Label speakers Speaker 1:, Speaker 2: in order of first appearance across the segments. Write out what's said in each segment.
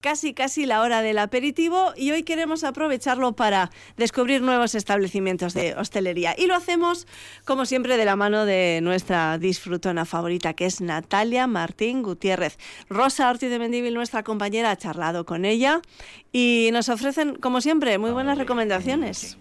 Speaker 1: casi casi la hora del aperitivo y hoy queremos aprovecharlo para descubrir nuevos establecimientos de hostelería. Y lo hacemos, como siempre, de la mano de nuestra disfrutona favorita, que es Natalia Martín Gutiérrez. Rosa Ortiz de Mendívil, nuestra compañera, ha charlado con ella y nos ofrecen, como siempre, muy buenas recomendaciones.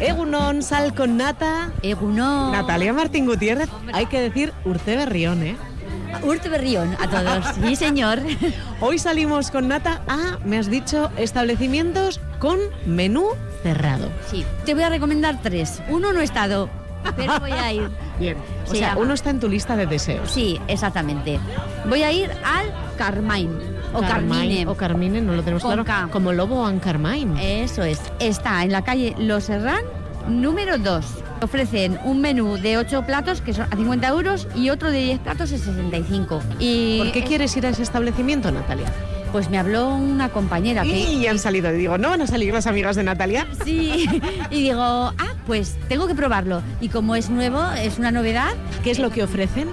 Speaker 2: Egunon, sal con nata.
Speaker 3: Egunon.
Speaker 2: Natalia Martín Gutiérrez. Hay que decir Urte Berrión, ¿eh?
Speaker 3: Urte Berrión, a todos. sí, señor.
Speaker 2: Hoy salimos con nata a, me has dicho, establecimientos con menú cerrado.
Speaker 3: Sí, te voy a recomendar tres. Uno no he estado, pero voy a ir.
Speaker 2: Bien. O
Speaker 3: Se
Speaker 2: sea,
Speaker 3: llama.
Speaker 2: uno está en tu lista de deseos.
Speaker 3: Sí, exactamente. Voy a ir al Carmine o Carmine.
Speaker 2: O Carmine, no lo tenemos
Speaker 3: Con
Speaker 2: claro.
Speaker 3: K. Eh,
Speaker 2: Como Lobo and Carmine.
Speaker 3: Eso es. Está en la calle Los Herrán, número 2. Ofrecen un menú de 8 platos que son a 50 euros y otro de 10 platos a 65. Y
Speaker 2: ¿Por qué quieres ir a ese establecimiento, Natalia?
Speaker 3: Pues me habló una compañera que...
Speaker 2: Y han salido. Y digo, ¿no van a salir las amigas de Natalia?
Speaker 3: Sí, y digo, ah, pues tengo que probarlo. Y como es nuevo, es una novedad,
Speaker 2: ¿Qué es lo que ofrecen?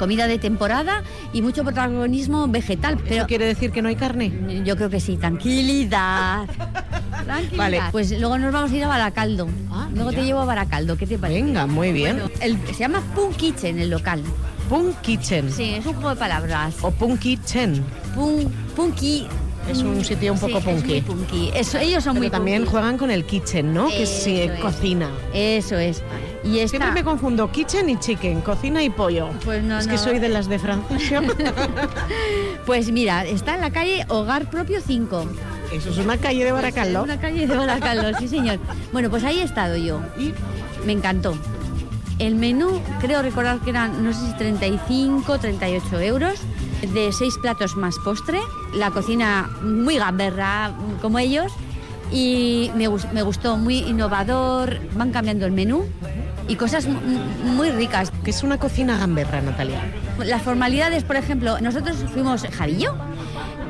Speaker 3: comida de temporada y mucho protagonismo vegetal. Pero
Speaker 2: ¿Eso quiere decir que no hay carne?
Speaker 3: yo creo que sí, tranquilidad. Tranquilidad.
Speaker 2: Vale.
Speaker 3: Pues luego nos vamos a ir a Baracaldo.
Speaker 2: Ah,
Speaker 3: luego
Speaker 2: mira.
Speaker 3: te llevo a Baracaldo, ¿qué te parece?
Speaker 2: Venga, muy bien.
Speaker 3: Bueno, el- se llama Punk Kitchen el local.
Speaker 2: Punk Kitchen.
Speaker 3: Sí, es un juego de palabras.
Speaker 2: O Punk Kitchen.
Speaker 3: Punk, punky.
Speaker 2: Es un sitio un
Speaker 3: Sí,
Speaker 2: poco
Speaker 3: es
Speaker 2: punky.
Speaker 3: muy punky. Eso, ellos son
Speaker 2: Pero
Speaker 3: muy
Speaker 2: también
Speaker 3: punky.
Speaker 2: juegan con el kitchen, ¿no? Que
Speaker 3: Eso
Speaker 2: se
Speaker 3: es.
Speaker 2: cocina.
Speaker 3: Eso es. Y esta...
Speaker 2: Siempre me confundo kitchen y chicken, cocina y pollo.
Speaker 3: Pues no,
Speaker 2: es
Speaker 3: no.
Speaker 2: que soy de las de Francia.
Speaker 3: Pues mira, está en la calle Hogar Propio 5.
Speaker 2: Eso es una calle
Speaker 3: Pues
Speaker 2: de Baracaldo.
Speaker 3: En la calle de Baracaldo, sí señor. Bueno, pues ahí he estado yo.
Speaker 2: Y
Speaker 3: Me encantó. El menú, creo recordar que eran, no sé si 35, 38 euros, de seis platos más postre. La cocina muy gamberra, como ellos. Y me, gus- me gustó, muy innovador. Van cambiando el menú y cosas mu- mu- muy ricas.
Speaker 2: que es una cocina gamberra, Natalia.
Speaker 3: Las formalidades, por ejemplo, nosotros fuimos Jarillo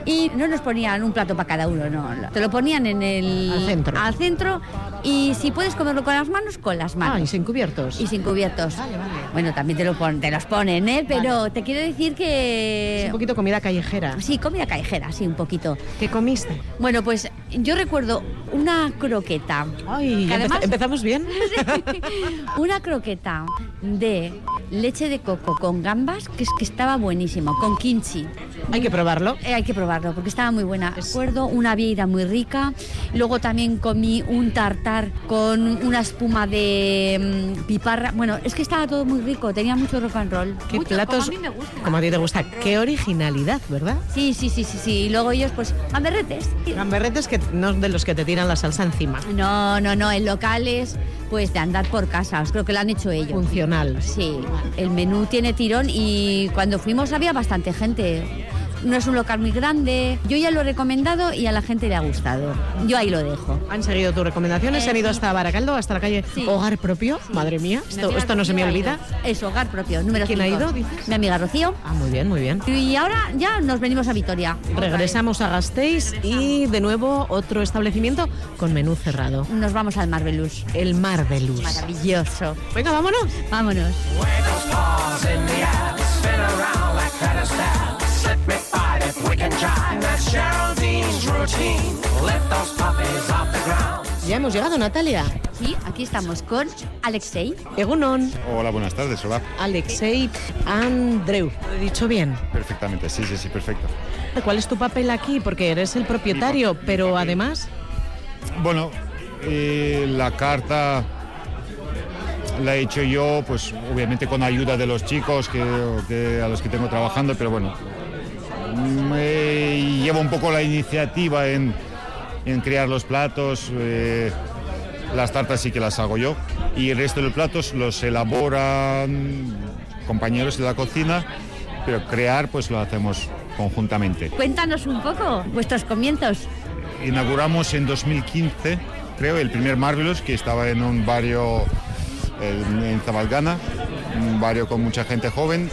Speaker 3: y no nos ponían un plato para cada uno, no, no. te lo ponían en el
Speaker 2: Al centro.
Speaker 3: al centro, y si puedes comerlo con las manos, con las
Speaker 2: Ah, y
Speaker 3: manos
Speaker 2: sin cubiertos.
Speaker 3: y sin cubiertos.
Speaker 2: Vale, vale.
Speaker 3: Bueno, también te, lo pon- te los ponen, ¿eh? pero te quiero decir
Speaker 2: Es un
Speaker 3: que
Speaker 2: poquito comida callejera.
Speaker 3: eh, sí, comida callejera, sí, un poquito.
Speaker 2: ¿Qué comiste?
Speaker 3: Bueno, pues yo recuerdo una croqueta.
Speaker 2: Ay,
Speaker 3: Que
Speaker 2: ya empeza-
Speaker 3: además-
Speaker 2: empezamos bien.
Speaker 3: Una croqueta de leche de coco con gambas, que es que estaba buenísimo, con kimchi.
Speaker 2: Hay que probarlo.
Speaker 3: Eh, hay que probarlo porque estaba muy buena.
Speaker 2: Es-
Speaker 3: Recuerdo una vieira muy rica. Luego también comí un tartar con una espuma de mm, piparra. Bueno, es que estaba todo muy rico. Tenía mucho rock and roll.
Speaker 2: ¿Qué
Speaker 3: Mucho,
Speaker 2: platos?
Speaker 3: como a mí me gusta.
Speaker 2: Como a ti te gusta. Qué originalidad, ¿verdad?
Speaker 3: Sí, sí, sí, sí, sí. Y luego ellos, pues, gamberretes.
Speaker 2: Ah. Gamberretes que no de los que te tiran la salsa encima.
Speaker 3: No, no, no. En locales, pues, de andar por casa. Creo que lo han hecho ellos.
Speaker 2: Funcional.
Speaker 3: Sí, el menú tiene tirón y cuando fuimos había bastante gente. No es un local muy grande. Yo ya lo he recomendado y a la gente le ha gustado. Yo ahí lo dejo.
Speaker 2: Han seguido tus recomendaciones, se han ido
Speaker 3: Eh,
Speaker 2: hasta Baracaldo, hasta la calle
Speaker 3: Sí.
Speaker 2: Hogar Propio. Madre mía, esto, esto no se me olvida.
Speaker 3: ¿eh? Es hogar propio, número
Speaker 2: ¿Quién ha
Speaker 3: cinco.
Speaker 2: ido, dices?
Speaker 3: Mi amiga Rocío.
Speaker 2: Ah, muy bien, muy bien.
Speaker 3: Y ahora ya nos venimos a Vitoria. Otra vez.
Speaker 2: Regresamos a Gasteiz y de nuevo otro establecimiento con menú cerrado.
Speaker 3: Nos vamos al Marbelus.
Speaker 2: El Mar de Luz.
Speaker 3: Maravilloso.
Speaker 2: Venga, vámonos.
Speaker 3: Vámonos.
Speaker 2: Ya hemos llegado, Natalia.
Speaker 3: Sí, aquí estamos con Alexei.
Speaker 2: Egunon,
Speaker 4: Hola, buenas tardes, hola.
Speaker 2: Alexei, Andreu. Lo he dicho bien.
Speaker 4: Perfectamente, sí, sí, sí, perfecto.
Speaker 2: ¿Cuál es tu papel aquí? Porque eres el propietario, pero además...
Speaker 4: Bueno, eh, la carta la he hecho yo, pues obviamente con ayuda de los chicos que, que- a los que tengo trabajando, pero bueno, me llevo un poco la iniciativa en, en crear los platos, eh, las tartas sí que las hago yo y el resto de los platos los elaboran compañeros de la cocina, pero crear pues lo hacemos conjuntamente.
Speaker 3: Cuéntanos un poco vuestros comienzos.
Speaker 4: inauguramos en 2015, creo, el primer Marvelous, que estaba en un barrio eh, en Zabalgana, un barrio con mucha gente joven.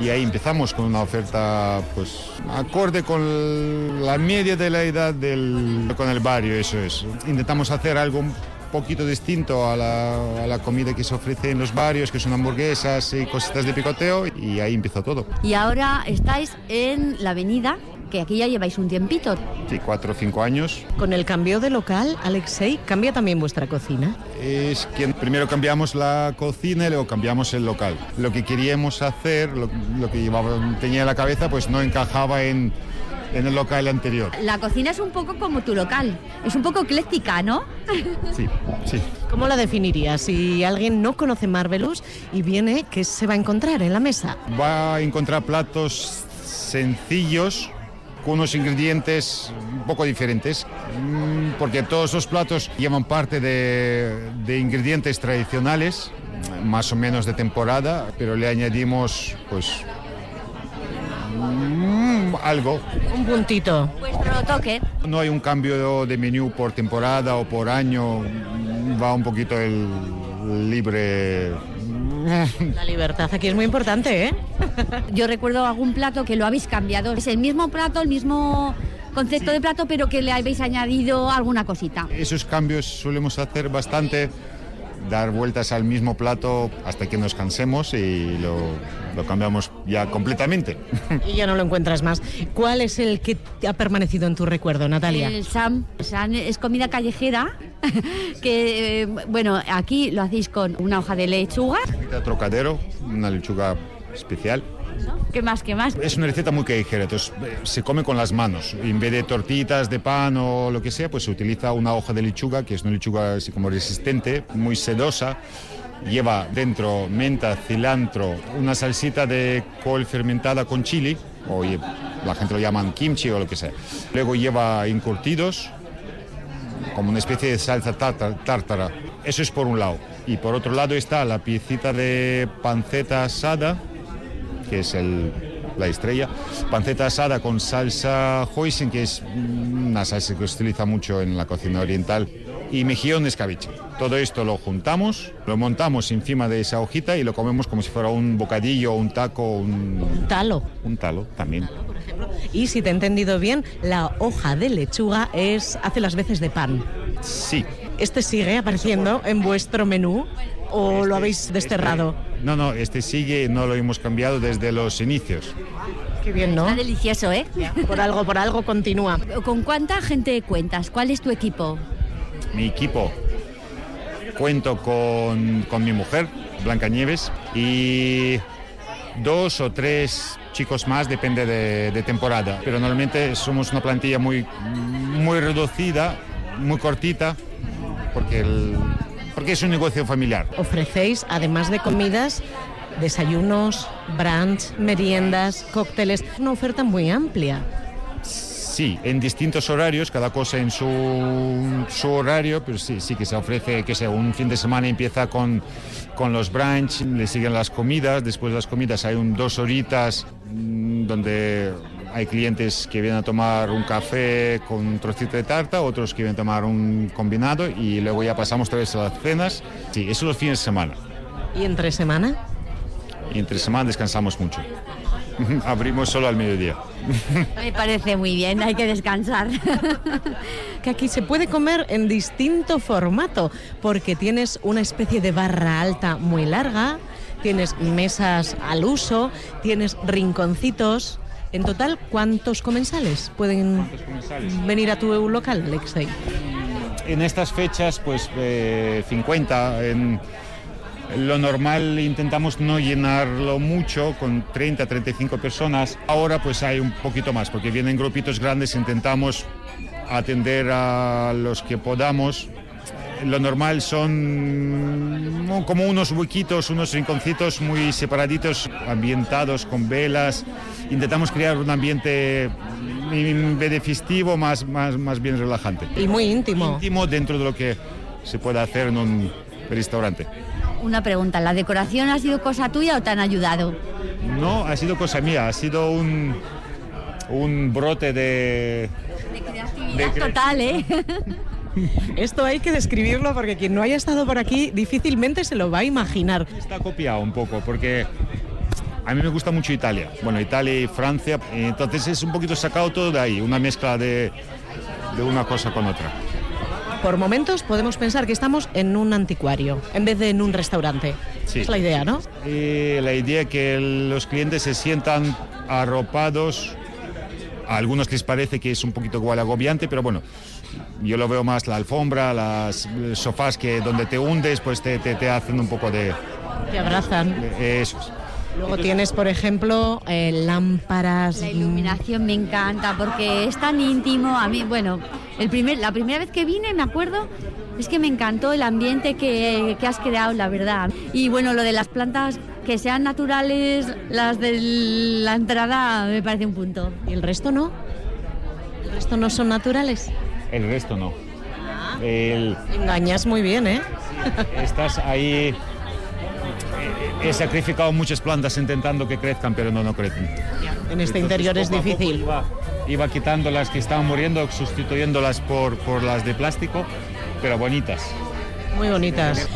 Speaker 4: Y ahí empezamos con una oferta, pues, acorde con la media de la edad del, con el barrio, eso es. Intentamos hacer algo un poquito distinto a la, a la comida que se ofrece en los barrios, que son hamburguesas y cositas de picoteo, y ahí empezó todo.
Speaker 3: Y ahora estáis en la avenida, que aquí ya lleváis un tiempito.
Speaker 4: Sí, cuatro o cinco años.
Speaker 2: Con el cambio de local, Alexei, ¿cambia también vuestra cocina?
Speaker 4: Es que primero cambiamos la cocina y luego cambiamos el local. Lo que queríamos hacer, lo, lo que llevaba, tenía en la cabeza, pues no encajaba en, en el local anterior.
Speaker 3: La cocina es un poco como tu local, es un poco ecléctica, ¿no?
Speaker 4: Sí, sí.
Speaker 2: ¿Cómo la definirías? Si alguien no conoce Marvelous y viene, ¿qué se va a encontrar en la mesa?
Speaker 4: Va a encontrar platos sencillos con unos ingredientes un poco diferentes, mm, porque todos los platos llevan parte de, de ingredientes tradicionales, más o menos de temporada, pero le añadimos pues mm, algo.
Speaker 2: Un puntito.
Speaker 3: Vuestro toque.
Speaker 4: No hay un cambio de menú por temporada o por año, va un poquito el libre
Speaker 2: La libertad aquí es muy importante, ¿eh?
Speaker 3: Yo recuerdo algún plato que lo habéis cambiado. Es el mismo plato, el mismo concepto de plato, pero que le habéis añadido alguna cosita.
Speaker 4: Esos cambios solemos hacer bastante, dar vueltas al mismo plato hasta que nos cansemos y lo, lo cambiamos ya completamente.
Speaker 3: Mm.
Speaker 2: Y ya no lo encuentras más. ¿Cuál es el que te ha permanecido en tu recuerdo, Natalia?
Speaker 3: El Sam, el Sam es comida callejera, que eh, bueno, aquí lo hacéis con una hoja de lechuga.
Speaker 4: Receta Trocadero, una lechuga especial.
Speaker 3: ¿Qué más, qué más?
Speaker 4: Es una receta muy callejera, entonces eh, se come con las manos. En vez de tortitas de pan o lo que sea, pues se utiliza una hoja de lechuga, que es una lechuga así como resistente, muy sedosa. Lleva dentro menta, cilantro, una salsita de col fermentada con chili, o ye- la gente lo llaman kimchi o lo que sea. Luego lleva encurtidos, como una especie de salsa tártara, tártara. Eso es por un lado. Y por otro lado está la piecita de panceta asada, que es el- la estrella. Panceta asada con salsa hoisin, que es una salsa que se utiliza mucho en la cocina oriental. Y mejillón de escabeche. Todo esto lo juntamos, lo montamos encima de esa hojita y lo comemos como si fuera un bocadillo, un taco, un,
Speaker 2: Talo.
Speaker 4: un talo también.
Speaker 2: Y si te he entendido bien, la hoja de lechuga es hace las veces de pan.
Speaker 4: Sí.
Speaker 2: ¿Este sigue apareciendo en vuestro menú o
Speaker 3: Este
Speaker 2: lo habéis desterrado?
Speaker 4: Este- no, no, este sigue, no lo hemos cambiado desde los inicios.
Speaker 2: Qué bien, ¿no?
Speaker 3: este. Está delicioso, ¿eh?
Speaker 2: Por algo, por algo continúa.
Speaker 3: ¿Con cuánta gente cuentas? ¿Cuál es tu equipo?
Speaker 4: mi equipo. Cuento con, con mi mujer, Blanca Nieves, y dos o tres chicos más, depende de, de temporada. Pero normalmente somos una plantilla muy, muy reducida, muy cortita, porque, el- porque es un negocio familiar.
Speaker 2: Ofrecéis, además de comidas, desayunos, brunch, meriendas, cócteles, una oferta muy amplia.
Speaker 4: Sí, en distintos horarios, cada cosa en su, su horario, pero sí, sí que se ofrece, que sea un fin de semana empieza con, con los brunch, le siguen las comidas, después de las comidas hay un dos horitas mm, donde hay clientes que vienen a tomar un café con un trocito de tarta, otros que vienen a tomar un combinado y luego ya pasamos otra vez a las cenas. Sí, eso los fines de semana.
Speaker 2: ¿Y entre semana?
Speaker 4: Y entre semana descansamos mucho. Abrimos solo al mediodía.
Speaker 3: Me parece muy bien, hay que descansar.
Speaker 2: que aquí se puede comer en distinto formato, porque tienes una especie de barra alta muy larga, tienes mesas al uso, tienes rinconcitos. En total, ¿cuántos comensales pueden venir a tu local, Alexei?
Speaker 4: en estas fechas, pues eh, 50. En lo normal intentamos no llenarlo mucho con 30, 35 personas. Ahora pues hay un poquito más porque vienen grupitos grandes, intentamos atender a los que podamos. Lo normal son mm, como unos huequitos, unos rinconcitos muy separaditos, ambientados con velas. Intentamos crear un ambiente mm, en vez de festivo, más, más, más bien relajante
Speaker 2: Y muy íntimo.
Speaker 4: íntimo dentro de lo que se puede hacer en un restaurante.
Speaker 3: Una pregunta, ¿la decoración ha sido cosa tuya o te han ayudado?
Speaker 4: No ha sido cosa mía, ha sido un, un brote de...
Speaker 3: De
Speaker 4: De
Speaker 3: creatividad
Speaker 4: cre-
Speaker 3: total, ¿eh?
Speaker 2: Esto hay que describirlo porque quien no haya estado por aquí difícilmente se lo va a imaginar.
Speaker 4: Está copiado un poco, porque A mí me gusta mucho Italia. Bueno, Italia y Francia. Entonces es un poquito sacado todo de ahí, una mezcla de, de una cosa con otra.
Speaker 2: Por momentos podemos pensar que estamos en un anticuario en vez de en un restaurante.
Speaker 4: Sí.
Speaker 2: Es la idea, ¿no?
Speaker 4: Eh, la idea es que el- los clientes se sientan arropados. A algunos les parece que es un poquito igual agobiante, pero bueno, yo lo veo más la alfombra, las eh, sofás que donde te hundes, pues te, te- te hacen un poco de,
Speaker 2: Te abrazan.
Speaker 4: de eso.
Speaker 2: Luego tienes, por ejemplo, eh, lámparas.
Speaker 3: La
Speaker 2: mm,
Speaker 3: iluminación me encanta porque es tan íntimo. A mí, bueno, el primer, la primera vez que vine, me acuerdo, es que me encantó el ambiente que, que has creado, la verdad. Y bueno, lo de las plantas que sean naturales, las de la entrada, me parece un punto.
Speaker 2: ¿Y el resto no? ¿El resto no son naturales?
Speaker 4: El resto no. Ah. El,
Speaker 2: Engañas muy bien, ¿eh?
Speaker 4: estás ahí. He he sacrificado muchas plantas intentando que crezcan, pero no, no crecen.
Speaker 2: En este
Speaker 4: Entonces,
Speaker 2: interior es
Speaker 4: poco a poco
Speaker 2: difícil.
Speaker 4: Iba, iba quitando las que estaban muriendo, sustituyéndolas por, por las de plástico, pero bonitas.
Speaker 2: Muy bonitas.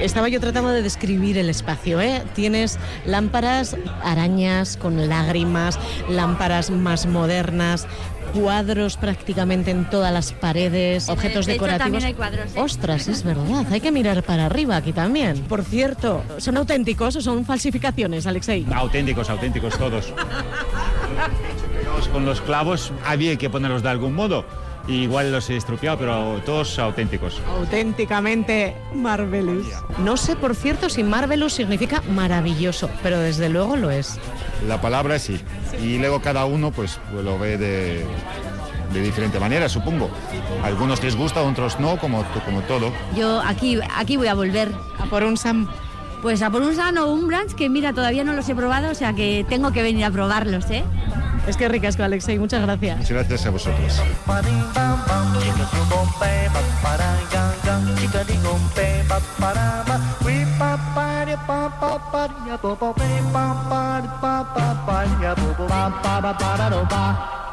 Speaker 2: Estaba yo tratando de describir el espacio, ¿eh? Tienes lámparas arañas con lágrimas, lámparas más modernas, cuadros prácticamente en todas las paredes, objetos
Speaker 3: el techo
Speaker 2: decorativos.
Speaker 3: también hay cuadros, ¿eh?
Speaker 2: Ostras, es verdad, hay que mirar para arriba aquí también. Por cierto, ¿son auténticos o son falsificaciones, Alexei?
Speaker 4: Auténticos, auténticos todos. Con los clavos había que ponerlos de algún modo. y Igual los he estropeado, pero todos auténticos.
Speaker 2: Auténticamente Marvelous. No sé, por cierto, si Marvelous significa maravilloso, pero desde luego lo es.
Speaker 4: La palabra sí. Y luego cada uno pues pues, lo ve de, de diferente manera, supongo. A algunos les gusta, a otros no, como, como todo.
Speaker 3: Yo aquí, aquí voy a volver.
Speaker 2: A por un Sam.
Speaker 3: Pues a por un sano o un brunch que mira, todavía no los he probado, o sea que tengo que venir a probarlos, ¿eh?
Speaker 2: Es que ricasco, Alexei, muchas gracias.
Speaker 4: Muchas gracias a vosotros.
Speaker 5: Ba-ba-ba-da-da-ba.